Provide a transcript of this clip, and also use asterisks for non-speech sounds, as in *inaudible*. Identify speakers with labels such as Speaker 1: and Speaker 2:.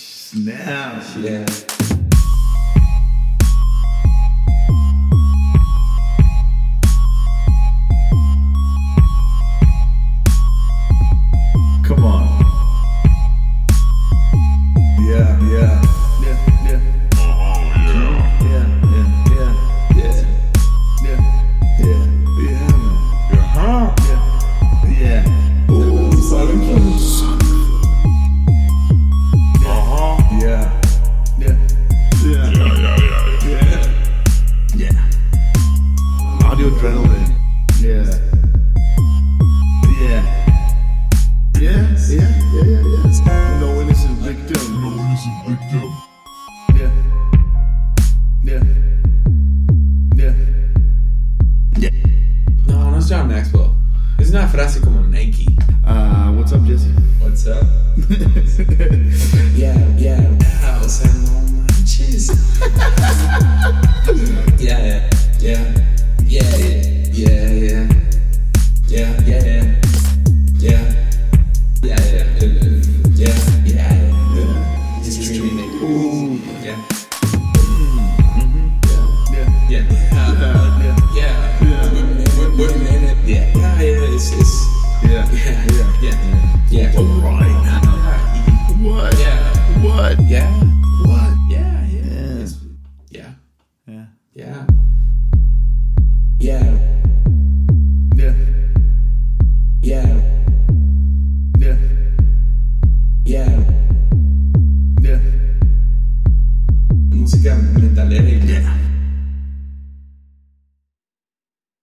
Speaker 1: Snap.
Speaker 2: Yeah.
Speaker 1: Come on. Yeah, yeah. Yeah, yeah. Oh, yeah. Yeah,
Speaker 2: Yeah.
Speaker 1: yeah, yeah. Yeah, yeah. Yeah, man.
Speaker 3: Uh-huh.
Speaker 1: Yeah.
Speaker 3: Uh-huh.
Speaker 1: Yeah. Yeah. Yeah.
Speaker 3: Yeah, yeah, yeah, yeah.
Speaker 1: Yeah. Audio adrenaline. Yeah. Yeah. Yeah. Yeah. Yeah. Yeah. Yeah. No innocent victim.
Speaker 3: No innocent victim.
Speaker 1: Yeah. Yeah. Yeah. Yeah.
Speaker 2: No, no es John Maxwell. Es una frase como Nike.
Speaker 1: Uh, what's up, Jesse? *laughs*
Speaker 2: What's up? Yeah, yeah, yeah. O sea, no manches. *laughs* yeah, yeah, yeah, yeah, yeah, yeah,
Speaker 1: Uh,